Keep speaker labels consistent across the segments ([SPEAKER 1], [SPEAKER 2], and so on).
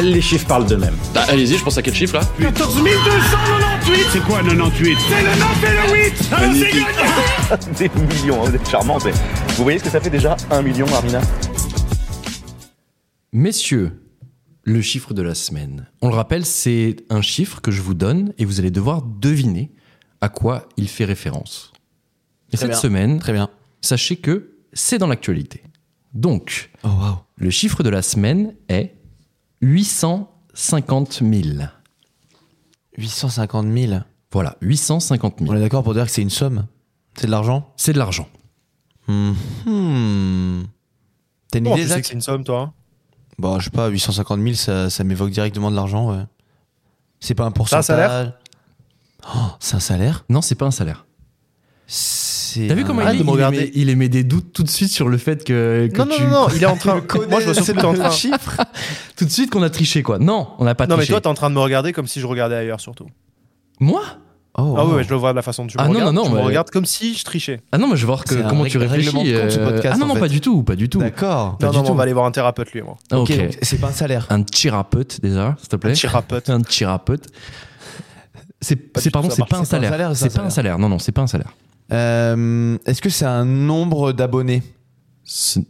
[SPEAKER 1] Les chiffres parlent d'eux-mêmes.
[SPEAKER 2] Bah, Allez-y, je pense à quel chiffre là
[SPEAKER 3] 14 298
[SPEAKER 4] C'est quoi 98
[SPEAKER 3] C'est le 9 et le 8 Alors c'est gagné
[SPEAKER 5] Des millions, hein, vous êtes charmante. mais Vous voyez ce que ça fait déjà Un million, Armina
[SPEAKER 6] Messieurs, le chiffre de la semaine. On le rappelle, c'est un chiffre que je vous donne et vous allez devoir deviner à quoi il fait référence. Et
[SPEAKER 7] Très
[SPEAKER 6] cette
[SPEAKER 7] bien.
[SPEAKER 6] semaine,
[SPEAKER 7] Très bien.
[SPEAKER 6] sachez que c'est dans l'actualité. Donc,
[SPEAKER 7] Oh waouh.
[SPEAKER 6] le chiffre de la semaine est 850 000.
[SPEAKER 7] 850 000.
[SPEAKER 6] Voilà, 850
[SPEAKER 7] On
[SPEAKER 6] 000.
[SPEAKER 7] est d'accord pour dire que c'est une somme C'est de l'argent
[SPEAKER 6] C'est de l'argent.
[SPEAKER 7] Hmm. T'as une
[SPEAKER 8] Comment
[SPEAKER 7] idée
[SPEAKER 8] tu sais
[SPEAKER 7] Zach
[SPEAKER 8] que c'est une somme,
[SPEAKER 6] hein.
[SPEAKER 8] toi
[SPEAKER 7] Bon, je sais pas, 850 000, ça, ça m'évoque directement de l'argent, ouais. C'est pas un
[SPEAKER 8] un
[SPEAKER 7] pourcentage.
[SPEAKER 8] salaire
[SPEAKER 7] Oh, C'est un salaire
[SPEAKER 6] Non, c'est pas un salaire. Ah.
[SPEAKER 7] C'est
[SPEAKER 6] T'as vu
[SPEAKER 7] un-
[SPEAKER 6] comment
[SPEAKER 8] Arrête
[SPEAKER 6] il,
[SPEAKER 8] de me
[SPEAKER 6] il
[SPEAKER 8] regarder.
[SPEAKER 6] émet, il émet des doutes tout de suite sur le fait que, que
[SPEAKER 8] Non, non,
[SPEAKER 6] tu-
[SPEAKER 8] non, non, il est en train.
[SPEAKER 6] connais,
[SPEAKER 8] Moi, je me sens que t'es en train.
[SPEAKER 6] chiffre. tout de suite qu'on a triché, quoi. Non, on n'a pas
[SPEAKER 8] Non, mais
[SPEAKER 6] triché.
[SPEAKER 8] toi, t'es en train de me regarder comme si je regardais ailleurs, surtout.
[SPEAKER 6] Moi
[SPEAKER 7] Oh,
[SPEAKER 8] Ah
[SPEAKER 7] wow.
[SPEAKER 8] ouais, ouais, je le vois de la façon dont tu me
[SPEAKER 6] Ah non,
[SPEAKER 8] regardes.
[SPEAKER 6] non, non,
[SPEAKER 8] tu me
[SPEAKER 6] mais-
[SPEAKER 8] regardes comme si je trichais.
[SPEAKER 6] Ah non, mais je vois que
[SPEAKER 7] C'est un
[SPEAKER 6] comment tu
[SPEAKER 7] règle-
[SPEAKER 6] réfléchis.
[SPEAKER 7] règlement de compte, ce podcast,
[SPEAKER 6] ah non, non,
[SPEAKER 7] en fait.
[SPEAKER 6] pas du tout, pas du tout.
[SPEAKER 7] D'accord.
[SPEAKER 6] Pas
[SPEAKER 8] non,
[SPEAKER 6] du
[SPEAKER 8] non, mais on
[SPEAKER 6] tout.
[SPEAKER 8] va aller voir un thérapeute, lui et moi.
[SPEAKER 6] Ah, ok.
[SPEAKER 7] Ok, donc c'est pas un salaire.
[SPEAKER 6] Un thérapeute déjà, s'il te plaît.
[SPEAKER 8] Un thérapeute.
[SPEAKER 6] Un thérapeute. C'est,
[SPEAKER 8] Pas
[SPEAKER 6] c'est-
[SPEAKER 8] du
[SPEAKER 6] pardon,
[SPEAKER 8] tout, ça
[SPEAKER 6] c'est
[SPEAKER 8] marche.
[SPEAKER 6] pas un
[SPEAKER 7] C'est pas un salaire,
[SPEAKER 6] salaire.
[SPEAKER 7] c'est un
[SPEAKER 6] C'est pas un
[SPEAKER 7] salaire.
[SPEAKER 6] salaire. Non, non, c'est pas un salaire.
[SPEAKER 7] Euh, Est-ce que c'est un nombre d'abonnés
[SPEAKER 6] C'est-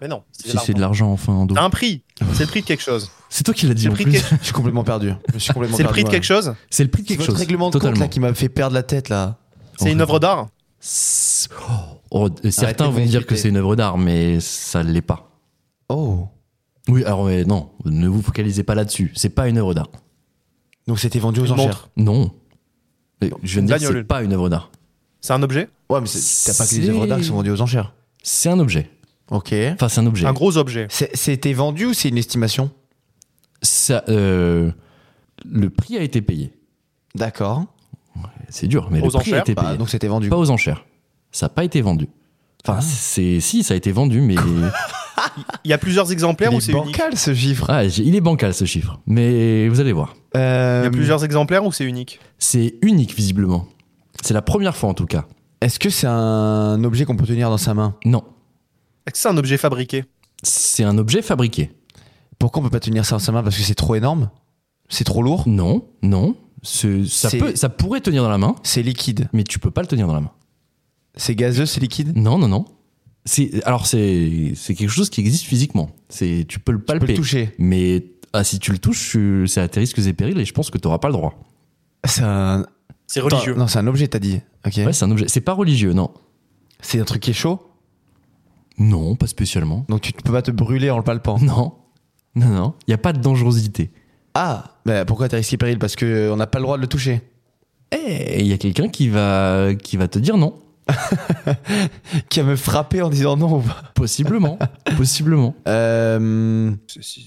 [SPEAKER 8] Mais non, c'est de
[SPEAKER 6] Bah, Si c'est de
[SPEAKER 8] l'argent.
[SPEAKER 6] l'argent, enfin, en dos.
[SPEAKER 8] T'as un prix. C'est le prix de quelque chose.
[SPEAKER 6] C'est toi qui l'as dit
[SPEAKER 8] C'est
[SPEAKER 6] en
[SPEAKER 8] le prix de
[SPEAKER 6] plus.
[SPEAKER 8] quelque-
[SPEAKER 7] Je suis complètement perdu. Je suis complètement
[SPEAKER 8] c'est le prix de
[SPEAKER 7] perdu,
[SPEAKER 8] quelque chose.
[SPEAKER 6] C'est le prix de
[SPEAKER 7] ouais.
[SPEAKER 6] quelque
[SPEAKER 7] Votre
[SPEAKER 6] chose.
[SPEAKER 7] règlement de compte là
[SPEAKER 6] Totalement.
[SPEAKER 7] qui m'a fait perdre la tête là.
[SPEAKER 8] C'est une œuvre d'art.
[SPEAKER 6] C'est- oh, oh, certains
[SPEAKER 7] Arrêtez de
[SPEAKER 6] vont dire que
[SPEAKER 7] m'insulter.
[SPEAKER 6] c'est une œuvre d'art, mais ça ne l'est pas.
[SPEAKER 7] Oh.
[SPEAKER 6] Oui, alors ouais, non, ne vous focalisez pas là-dessus. C'est pas une œuvre d'art.
[SPEAKER 7] Donc c'était vendu aux
[SPEAKER 8] Une
[SPEAKER 7] enchères.
[SPEAKER 6] Non. Et Je viens de dire que c'est
[SPEAKER 8] Bagnole.
[SPEAKER 6] pas une œuvre d'art.
[SPEAKER 8] C'est un objet.
[SPEAKER 7] Ouais, mais c'est- t'as pas que les
[SPEAKER 6] C'est-
[SPEAKER 7] œuvres d'art qui sont vendues aux enchères.
[SPEAKER 6] C'est un objet.
[SPEAKER 7] Ok.
[SPEAKER 6] Enfin, c'est un objet.
[SPEAKER 8] Un gros objet.
[SPEAKER 7] C'est- C'était vendu ou c'est une estimation
[SPEAKER 6] Ça, euh, le prix a été payé.
[SPEAKER 7] D'accord.
[SPEAKER 6] C'est dur, mais
[SPEAKER 8] Aux
[SPEAKER 6] le prix a
[SPEAKER 8] enchères
[SPEAKER 6] été
[SPEAKER 7] Bah,
[SPEAKER 6] payé.
[SPEAKER 7] donc c'était vendu.
[SPEAKER 6] Pas aux enchères. Ça n'a pas été vendu. Enfin,
[SPEAKER 7] Ah.
[SPEAKER 6] c'est si, ça a été vendu, mais
[SPEAKER 8] Il y a plusieurs exemplaires ou
[SPEAKER 7] Il
[SPEAKER 8] c'est
[SPEAKER 7] est
[SPEAKER 8] unique
[SPEAKER 7] bancal ce chiffre.
[SPEAKER 6] Ah, j'ai- il est bancal ce chiffre. Mais vous allez voir,
[SPEAKER 8] Il
[SPEAKER 7] Euh,
[SPEAKER 8] y a plusieurs exemplaires ou c'est unique
[SPEAKER 6] c'est unique visiblement. C'est la première fois en tout cas.
[SPEAKER 7] Est-ce que c'est un objet qu'on peut tenir dans sa main
[SPEAKER 6] Non,
[SPEAKER 8] Est-ce que c'est un objet fabriqué
[SPEAKER 6] c'est un objet fabriqué.
[SPEAKER 7] Pourquoi on peut pas tenir ça dans sa main Parce que c'est trop énorme C'est trop lourd
[SPEAKER 6] Non, non. Ce- ça
[SPEAKER 7] C'est-
[SPEAKER 6] peut, ça pourrait tenir dans la main,
[SPEAKER 7] C'est liquide
[SPEAKER 6] mais tu peux pas le tenir dans la main.
[SPEAKER 7] C'est gazeux, c'est liquide
[SPEAKER 6] Non, non, non. C'est alors c'est c'est quelque chose qui existe physiquement. C'est tu peux le
[SPEAKER 7] Tu peux
[SPEAKER 6] palper.
[SPEAKER 7] le toucher.
[SPEAKER 6] Mais ah, si tu le touches, tu- c'est à tes risques et périls et je pense que tu n'auras pas le droit.
[SPEAKER 7] C'est un...
[SPEAKER 8] C'est religieux.
[SPEAKER 7] Non, c'est un objet, t'as dit. Ok.
[SPEAKER 6] Ouais, c'est un objet. C'est pas religieux, non.
[SPEAKER 7] C'est un truc qui est chaud
[SPEAKER 6] Non, pas spécialement.
[SPEAKER 7] Donc tu peux pas te brûler en le palpant.
[SPEAKER 6] Non. Non, non. Il n'y a pas de dangerosité.
[SPEAKER 7] Ah bah, Pourquoi t'as risqué péril Parce que euh, on n'a pas le droit de le toucher.
[SPEAKER 6] Eh, il y a quelqu'un qui va, qui va te dire non.
[SPEAKER 7] Qui va me frapper en disant non ou pas
[SPEAKER 6] Possiblement. Possiblement.
[SPEAKER 7] Euh,
[SPEAKER 8] C'est- c'est-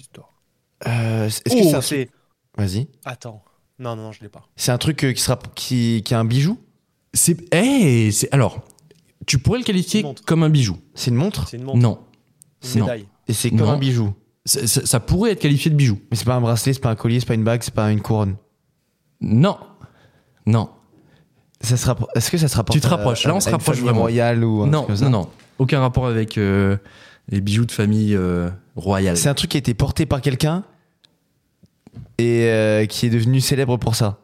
[SPEAKER 7] euh, Est-ce que
[SPEAKER 8] Oh,
[SPEAKER 7] c'est un truc...
[SPEAKER 8] c'est.
[SPEAKER 7] Vas-y.
[SPEAKER 8] Attends. Non, non, non, je l'ai pas.
[SPEAKER 7] C'est un truc euh, qui, sera... qui... qui a un bijou
[SPEAKER 6] C'est, eh, c'est, alors, tu pourrais le qualifier
[SPEAKER 8] Une montre.
[SPEAKER 6] comme un bijou.
[SPEAKER 7] C'est une montre
[SPEAKER 8] C'est une montre.
[SPEAKER 6] Non.
[SPEAKER 8] Une
[SPEAKER 6] Non.
[SPEAKER 8] médaille.
[SPEAKER 7] Et c'est comme
[SPEAKER 6] Non.
[SPEAKER 7] un bijou
[SPEAKER 6] Ça, ça- ça pourrait être qualifié de bijou.
[SPEAKER 7] Mais c'est pas un bracelet, c'est pas un collier, c'est pas une bague, c'est pas une couronne.
[SPEAKER 6] Non. Non.
[SPEAKER 7] Ça se rappro- Est-ce que ça se rapproche
[SPEAKER 6] Tu te rapproches, là, on se rapproche vraiment.
[SPEAKER 7] Royal ou un
[SPEAKER 6] non,
[SPEAKER 7] truc comme ça
[SPEAKER 6] non, non. Aucun rapport avec euh, les bijoux de famille euh, royale.
[SPEAKER 7] C'est un truc qui a été porté par quelqu'un et euh, qui est devenu célèbre pour ça.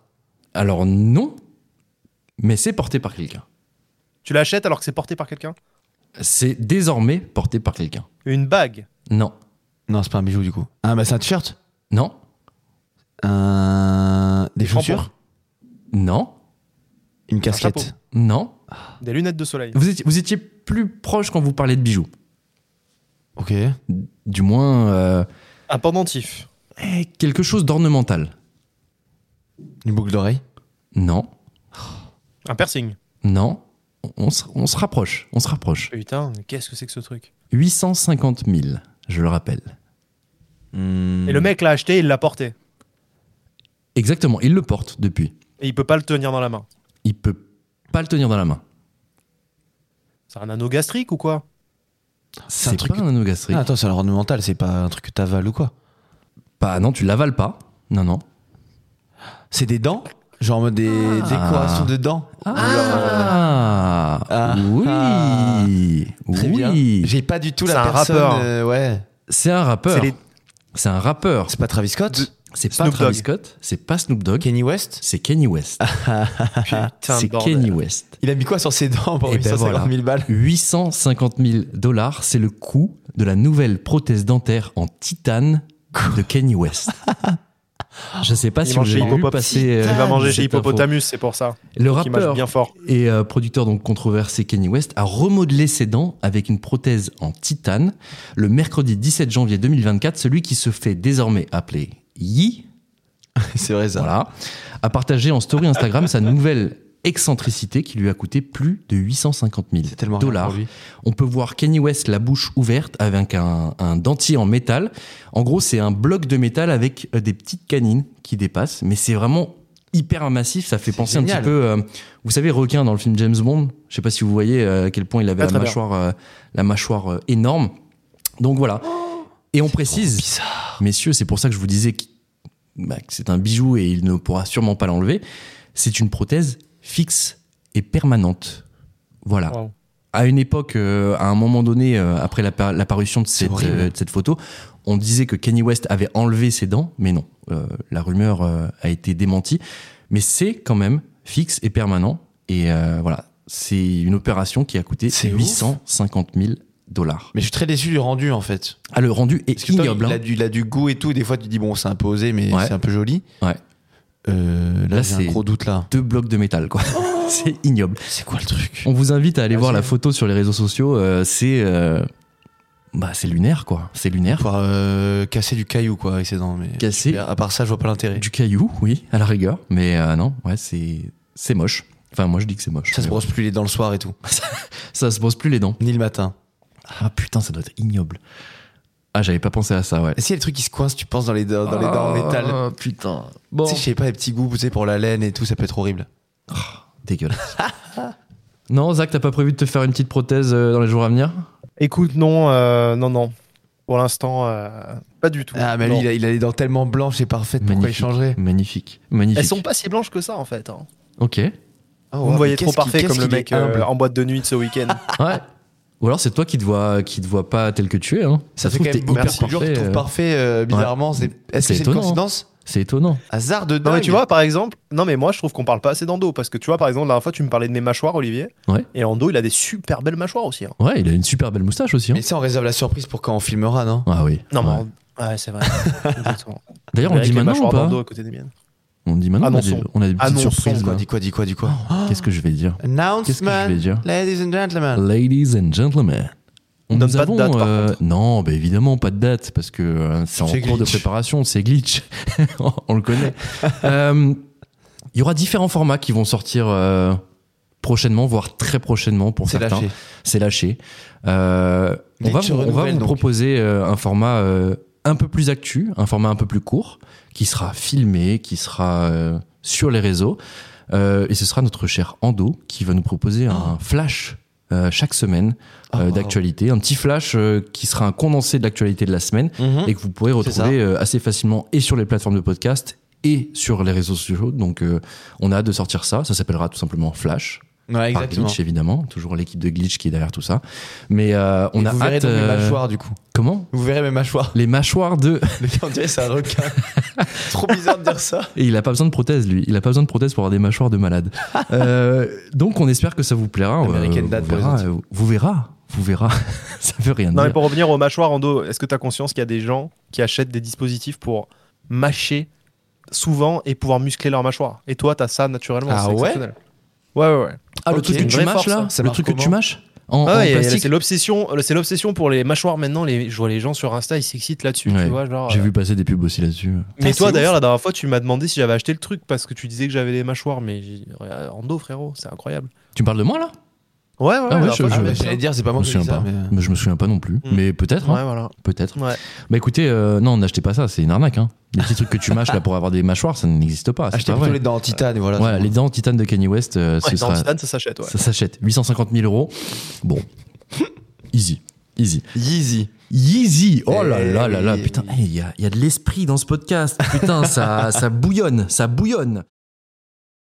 [SPEAKER 6] Alors, non. Mais c'est porté par quelqu'un.
[SPEAKER 8] Tu l'achètes alors que c'est porté par quelqu'un
[SPEAKER 6] C'est désormais porté par quelqu'un.
[SPEAKER 8] Une bague.
[SPEAKER 6] Non.
[SPEAKER 7] Non, c'est pas un bijou du coup. Ah, bah c'est un t-shirt.
[SPEAKER 6] Non.
[SPEAKER 7] Un... Des,
[SPEAKER 8] crampons.
[SPEAKER 7] chaussures.
[SPEAKER 6] Non.
[SPEAKER 7] Une
[SPEAKER 8] chapeau.
[SPEAKER 7] casquette.
[SPEAKER 6] Non.
[SPEAKER 8] Des lunettes de soleil.
[SPEAKER 6] Vous étiez, vous étiez plus proche quand vous parlez de bijoux.
[SPEAKER 7] Ok.
[SPEAKER 6] Du moins, euh,
[SPEAKER 8] Un pendentif.
[SPEAKER 6] eh, quelque chose d'ornemental.
[SPEAKER 7] Une boucle d'oreille.
[SPEAKER 6] Non.
[SPEAKER 8] Un piercing.
[SPEAKER 6] Non. On se, on se rapproche. On se rapproche.
[SPEAKER 8] Putain, mais qu'est-ce que c'est que ce truc
[SPEAKER 6] 850 000, je le rappelle. Hmm.
[SPEAKER 8] Et le mec l'a acheté, il l'a porté.
[SPEAKER 6] Exactement. Il le porte depuis.
[SPEAKER 8] Et il peut pas le tenir dans la main.
[SPEAKER 6] Il peut pas le tenir dans la main.
[SPEAKER 8] C'est un anneau gastrique ou quoi
[SPEAKER 6] C'est
[SPEAKER 7] un
[SPEAKER 6] pas
[SPEAKER 7] truc-
[SPEAKER 6] un anneau gastrique.
[SPEAKER 7] Ah, attends, c'est un ornemental, c'est pas un truc que t'avales ou quoi.
[SPEAKER 6] Pas, non, tu l'avales pas. Non, non.
[SPEAKER 7] C'est des dents Genre en mode des décorations de dents
[SPEAKER 8] Ah.
[SPEAKER 6] euh,
[SPEAKER 7] euh,
[SPEAKER 6] Ah,
[SPEAKER 7] Ah.
[SPEAKER 6] Oui
[SPEAKER 7] Ah.
[SPEAKER 6] Oui
[SPEAKER 7] Très bien. J'ai pas du tout
[SPEAKER 8] C'est
[SPEAKER 7] la
[SPEAKER 8] un
[SPEAKER 7] personne.
[SPEAKER 8] rappeur.
[SPEAKER 7] euh, ouais.
[SPEAKER 6] C'est un rappeur.
[SPEAKER 8] C'est les-
[SPEAKER 6] C'est un rappeur.
[SPEAKER 7] C'est pas Travis Scott
[SPEAKER 6] C'est pas
[SPEAKER 8] Snoop
[SPEAKER 6] Travis
[SPEAKER 8] Dogg.
[SPEAKER 6] Scott, c'est pas Snoop Dogg,
[SPEAKER 7] Kenny West
[SPEAKER 6] c'est Kenny West.
[SPEAKER 8] Putain,
[SPEAKER 6] c'est
[SPEAKER 8] bordel.
[SPEAKER 6] Kenny West.
[SPEAKER 7] Il a mis quoi sur ses dents pour
[SPEAKER 6] Eh ben
[SPEAKER 7] 850
[SPEAKER 6] voilà.
[SPEAKER 7] 000 balles
[SPEAKER 6] 850 000 dollars, c'est le coût de la nouvelle prothèse dentaire en titane de Kenny West. Je sais pas
[SPEAKER 8] Il
[SPEAKER 6] si
[SPEAKER 8] mange
[SPEAKER 6] vous
[SPEAKER 8] chez
[SPEAKER 6] avez vu
[SPEAKER 8] Hippopotame.
[SPEAKER 6] passer. euh,
[SPEAKER 8] Il va manger chez
[SPEAKER 6] cette info.
[SPEAKER 8] Hippopotamus, c'est pour ça.
[SPEAKER 6] Le
[SPEAKER 8] Qui mange
[SPEAKER 6] rappeur
[SPEAKER 8] bien fort.
[SPEAKER 6] et euh, producteur donc controversé Kenny West a remodelé ses dents avec une prothèse en titane le mercredi 17 janvier 2024. Celui qui se fait désormais appeler Yi,
[SPEAKER 7] C'est vrai ça.
[SPEAKER 6] voilà, a partagé en story Instagram sa nouvelle excentricité qui lui a coûté plus de 850 000
[SPEAKER 7] C'est tellement
[SPEAKER 6] dollars.
[SPEAKER 7] rare pour lui.
[SPEAKER 6] On peut voir Kenny West la bouche ouverte avec un, un dentier en métal. En gros, c'est un bloc de métal avec euh, des petites canines qui dépassent, mais c'est vraiment hyper massif. Ça fait
[SPEAKER 7] C'est
[SPEAKER 6] penser un
[SPEAKER 7] génial.
[SPEAKER 6] petit peu, euh, vous savez, requin dans le film James Bond. Je sais pas si vous voyez euh, à quel point il avait
[SPEAKER 8] Ah,
[SPEAKER 6] la
[SPEAKER 8] très bien.
[SPEAKER 6] mâchoire, euh, la mâchoire euh, énorme. Donc voilà. Et on précise, messieurs, c'est pour ça que je vous disais que, bah, que c'est un bijou et il ne pourra sûrement pas l'enlever. C'est une prothèse fixe et permanente. Voilà
[SPEAKER 8] Wow.
[SPEAKER 6] à une époque, euh, à un moment donné, euh, après la par- l'apparition de, cette,
[SPEAKER 7] horrible.
[SPEAKER 6] euh, de cette photo, on disait que Kanye West avait enlevé ses dents, mais non, Euh, la rumeur euh, a été démentie. Mais c'est quand même fixe et permanent. Et euh, voilà, c'est une opération qui a coûté
[SPEAKER 7] C'est ouf.
[SPEAKER 6] 850 000 dollars.
[SPEAKER 7] Mais je suis très déçu du rendu en fait.
[SPEAKER 6] Ah, le rendu
[SPEAKER 7] Parce
[SPEAKER 6] est
[SPEAKER 7] que toi,
[SPEAKER 6] ignoble.
[SPEAKER 7] il,
[SPEAKER 6] hein.
[SPEAKER 7] a du, il a du goût et tout. Des fois, tu dis, bon, c'est un peu osé, mais
[SPEAKER 6] Ouais.
[SPEAKER 7] c'est un peu joli.
[SPEAKER 6] Ouais.
[SPEAKER 7] Euh, là,
[SPEAKER 6] Là,
[SPEAKER 7] j'ai
[SPEAKER 6] c'est-
[SPEAKER 7] un gros doute là.
[SPEAKER 6] Deux blocs de métal, quoi.
[SPEAKER 7] Oh.
[SPEAKER 6] c'est ignoble.
[SPEAKER 7] C'est quoi le truc
[SPEAKER 6] On vous invite à aller
[SPEAKER 8] Ah,
[SPEAKER 6] voir
[SPEAKER 8] c'est-
[SPEAKER 6] la photo sur les réseaux sociaux. euh, c'est. euh, Bah, c'est lunaire, quoi. C'est lunaire.
[SPEAKER 7] Pour euh, casser du caillou quoi avec ses dents. Mais
[SPEAKER 6] Casser
[SPEAKER 7] à part ça, je vois pas l'intérêt.
[SPEAKER 6] Du caillou, oui, à la rigueur. Mais euh, non, ouais, c'est c'est moche. Enfin, moi, je dis que c'est moche.
[SPEAKER 7] Ça se
[SPEAKER 6] Mais
[SPEAKER 7] brosse plus les dents le soir et tout.
[SPEAKER 6] bon. Ça se brosse plus les dents.
[SPEAKER 7] Ni le matin.
[SPEAKER 6] Ah putain, ça doit être ignoble. Ah, j'avais pas pensé à ça, ouais.
[SPEAKER 7] Est-ce qu'il Bah, y a des trucs qui se coincent, tu penses, dans les dents, dans les dents en métal
[SPEAKER 6] Ah, putain. Bon.
[SPEAKER 7] Tu sais, je sais pas, les petits goûts, tu sais, pour la laine et tout, ça peut être horrible.
[SPEAKER 6] Dégueulasse. non, Zach, t'as pas prévu de te faire une petite prothèse euh, dans les jours à venir
[SPEAKER 8] Écoute, non, euh, non, non. Pour l'instant, euh, pas du tout.
[SPEAKER 7] Ah, mais lui,
[SPEAKER 8] Non.
[SPEAKER 7] il a, il a les dents tellement blanches et parfaites, pourquoi il
[SPEAKER 6] Magnifique.
[SPEAKER 7] changerait
[SPEAKER 6] Magnifique. Magnifique.
[SPEAKER 8] Elles sont pas si blanches que ça, en fait. hein.
[SPEAKER 6] Ok.
[SPEAKER 7] Ah,
[SPEAKER 6] Oh,
[SPEAKER 8] Vous me voyez trop parfait comme le mec euh, en boîte de nuit de ce week-end.
[SPEAKER 6] Ouais. Ou alors c'est toi qui te vois, qui te vois pas tel que tu es. Hein.
[SPEAKER 7] Ça
[SPEAKER 6] se
[SPEAKER 7] fait quand
[SPEAKER 6] trouve, t'es hyper
[SPEAKER 7] même beaucoup de gens qui
[SPEAKER 6] parfait,
[SPEAKER 7] trouvent
[SPEAKER 6] euh,
[SPEAKER 7] parfait, euh, bizarrement. c'est- Est-ce
[SPEAKER 6] C'est
[SPEAKER 7] que c'est une
[SPEAKER 6] étonnant, hein.
[SPEAKER 7] coïncidence
[SPEAKER 6] C'est étonnant.
[SPEAKER 7] Hasard de
[SPEAKER 8] Non,
[SPEAKER 7] dingue
[SPEAKER 8] mais tu vois, par exemple, non, mais moi, je trouve qu'on parle pas assez d'Ando. Parce que tu vois, par exemple, la dernière fois, tu me parlais de mes mâchoires, Olivier.
[SPEAKER 6] Ouais.
[SPEAKER 8] Et Ando, il a des super belles mâchoires aussi. hein.
[SPEAKER 6] Ouais, il a une super belle moustache aussi. Hein.
[SPEAKER 7] Mais ça, on réserve la surprise pour quand on filmera, non
[SPEAKER 6] Ah oui.
[SPEAKER 8] Non,
[SPEAKER 6] Ouais.
[SPEAKER 8] mais. Ouais, c'est vrai. Exactement.
[SPEAKER 6] D'ailleurs, on
[SPEAKER 8] Avec
[SPEAKER 6] dit
[SPEAKER 8] les
[SPEAKER 6] maintenant ou
[SPEAKER 8] mâchoires
[SPEAKER 6] pas
[SPEAKER 8] d'Ando à côté des miennes.
[SPEAKER 6] On dit maintenant, on a des,
[SPEAKER 8] Annonçons.
[SPEAKER 6] on a des petites
[SPEAKER 8] Annonçons,
[SPEAKER 6] surprises.
[SPEAKER 7] Quoi,
[SPEAKER 6] là.
[SPEAKER 7] dis quoi, dis quoi, dis quoi
[SPEAKER 6] Qu'est-ce que je vais dire Qu'est-ce que je
[SPEAKER 7] Announcement,
[SPEAKER 6] vais dire
[SPEAKER 7] ladies and gentlemen.
[SPEAKER 6] Ladies and gentlemen.
[SPEAKER 8] On donne pas de date, par
[SPEAKER 6] non, bah évidemment, pas de date, parce que euh, c'est en
[SPEAKER 7] C'est
[SPEAKER 6] cours de
[SPEAKER 7] glitch.
[SPEAKER 6] préparation, c'est glitch. on le connaît. Euh, Il y aura différents formats qui vont sortir euh, prochainement, voire très prochainement pour
[SPEAKER 7] C'est
[SPEAKER 6] certains.
[SPEAKER 7] lâché.
[SPEAKER 6] C'est lâché. Euh, on
[SPEAKER 7] Glitch
[SPEAKER 6] va vous, on va
[SPEAKER 7] renouvelle,
[SPEAKER 6] vous
[SPEAKER 7] donc.
[SPEAKER 6] proposer euh, un format euh, un peu plus actu, un format un peu plus court, qui sera filmé, qui sera euh, sur les réseaux. Euh, et ce sera notre cher Ando qui va nous proposer un flash euh, chaque semaine
[SPEAKER 7] Ah,
[SPEAKER 6] euh,
[SPEAKER 7] wow.
[SPEAKER 6] d'actualité. Un petit flash euh, qui sera un condensé de l'actualité de la semaine
[SPEAKER 7] Mhm.
[SPEAKER 6] et que vous pourrez
[SPEAKER 7] C'est
[SPEAKER 6] retrouver euh, assez facilement et sur les plateformes de podcast et sur les réseaux sociaux. Donc euh, on a hâte de sortir ça. Ça s'appellera tout simplement Flash.
[SPEAKER 7] Ouais,
[SPEAKER 6] Par
[SPEAKER 7] exactement.
[SPEAKER 6] Glitch évidemment. Toujours l'équipe de Glitch qui est derrière tout ça. Mais euh, on
[SPEAKER 7] Et
[SPEAKER 6] a
[SPEAKER 7] vous verrez
[SPEAKER 6] hâte.
[SPEAKER 7] donc mes
[SPEAKER 6] euh,
[SPEAKER 7] mâchoires, du coup.
[SPEAKER 6] comment
[SPEAKER 7] Vous verrez mes mâchoires.
[SPEAKER 6] les mâchoires de.
[SPEAKER 7] Le gars, on dirait c'est un requin. Ah, Trop bizarre de dire ça.
[SPEAKER 6] Et il a pas besoin de prothèse, lui. Il a pas besoin de prothèse pour avoir des mâchoires de malade. Euh, donc, on espère que ça vous plaira. On va-
[SPEAKER 7] American
[SPEAKER 6] vous,
[SPEAKER 7] Dad pour les
[SPEAKER 6] verra,
[SPEAKER 7] autres.
[SPEAKER 6] euh, vous verra. Vous verra. ça veut rien
[SPEAKER 8] Non, mais
[SPEAKER 6] dire.
[SPEAKER 8] pour revenir aux mâchoires, Ando, est-ce que tu as conscience qu'il y a des gens qui achètent des dispositifs pour mâcher souvent et pouvoir muscler leur mâchoire Et toi, t'as ça naturellement.
[SPEAKER 7] Ah
[SPEAKER 8] c'est
[SPEAKER 7] ouais
[SPEAKER 8] exceptionnel. Ouais, ouais, ouais.
[SPEAKER 6] Ah, le
[SPEAKER 7] Ok,
[SPEAKER 6] truc que
[SPEAKER 8] une
[SPEAKER 6] tu
[SPEAKER 8] vraie
[SPEAKER 6] mâches
[SPEAKER 8] force,
[SPEAKER 6] là
[SPEAKER 8] hein.
[SPEAKER 7] Ça
[SPEAKER 6] Le
[SPEAKER 7] marche
[SPEAKER 6] truc que tu
[SPEAKER 7] comment
[SPEAKER 6] mâches En,
[SPEAKER 8] Ah
[SPEAKER 6] en
[SPEAKER 8] ouais, et
[SPEAKER 6] plastique
[SPEAKER 8] c'est l'obsession, c'est l'obsession pour les mâchoires maintenant. Les, je vois les gens sur Insta, ils s'excitent là-dessus.
[SPEAKER 6] Ouais.
[SPEAKER 8] Tu vois, genre.
[SPEAKER 6] J'ai
[SPEAKER 8] euh,
[SPEAKER 6] vu passer des pubs aussi là-dessus.
[SPEAKER 8] Mais
[SPEAKER 7] Putain,
[SPEAKER 8] toi
[SPEAKER 7] c'est
[SPEAKER 8] d'ailleurs la dernière fois tu m'as demandé si j'avais acheté le truc parce que tu disais que j'avais des mâchoires mais j'ai- euh, en dos frérot c'est incroyable.
[SPEAKER 6] Tu me parles de moi là
[SPEAKER 8] Ouais ouais,
[SPEAKER 6] Ah
[SPEAKER 8] la
[SPEAKER 6] ouais,
[SPEAKER 8] dernière
[SPEAKER 6] je-
[SPEAKER 8] fois,
[SPEAKER 6] je-
[SPEAKER 8] tu m'as dit ça.
[SPEAKER 7] J'allais dire, c'est pas
[SPEAKER 6] Je
[SPEAKER 7] moi
[SPEAKER 6] me
[SPEAKER 7] qui ai
[SPEAKER 6] souviens
[SPEAKER 7] dit ça,
[SPEAKER 6] pas.
[SPEAKER 7] mais... euh. Hmm.
[SPEAKER 6] Mais Je me souviens pas non plus. Mais peut-être. hein,
[SPEAKER 8] Ouais voilà.
[SPEAKER 6] Peut-être.
[SPEAKER 8] Ouais.
[SPEAKER 6] Bah écoutez, euh, non, n'achetez pas ça. C'est une arnaque. Hein. Les petits trucs que tu mâches là pour avoir des mâchoires, ça n'existe pas. c'est
[SPEAKER 7] Achetez
[SPEAKER 6] pas
[SPEAKER 7] plutôt
[SPEAKER 6] vrai.
[SPEAKER 7] les dents en titane, et voilà.
[SPEAKER 6] Voilà,
[SPEAKER 7] c'est
[SPEAKER 6] les
[SPEAKER 7] bon.
[SPEAKER 6] dents en titane de Kanye West, euh, ce
[SPEAKER 8] Ouais, dans
[SPEAKER 6] sera
[SPEAKER 8] Titan, ça s'achète ouais.
[SPEAKER 6] Ça s'achète. 850 000 euros. Bon. Easy. Easy.
[SPEAKER 7] Yeezy.
[SPEAKER 6] Yeezy. Oh là
[SPEAKER 7] Eh
[SPEAKER 6] là là là.
[SPEAKER 7] oui.
[SPEAKER 6] Putain, eh, il y, a, il y a de l'esprit dans ce podcast. Putain, ça, ça bouillonne. Ça bouillonne.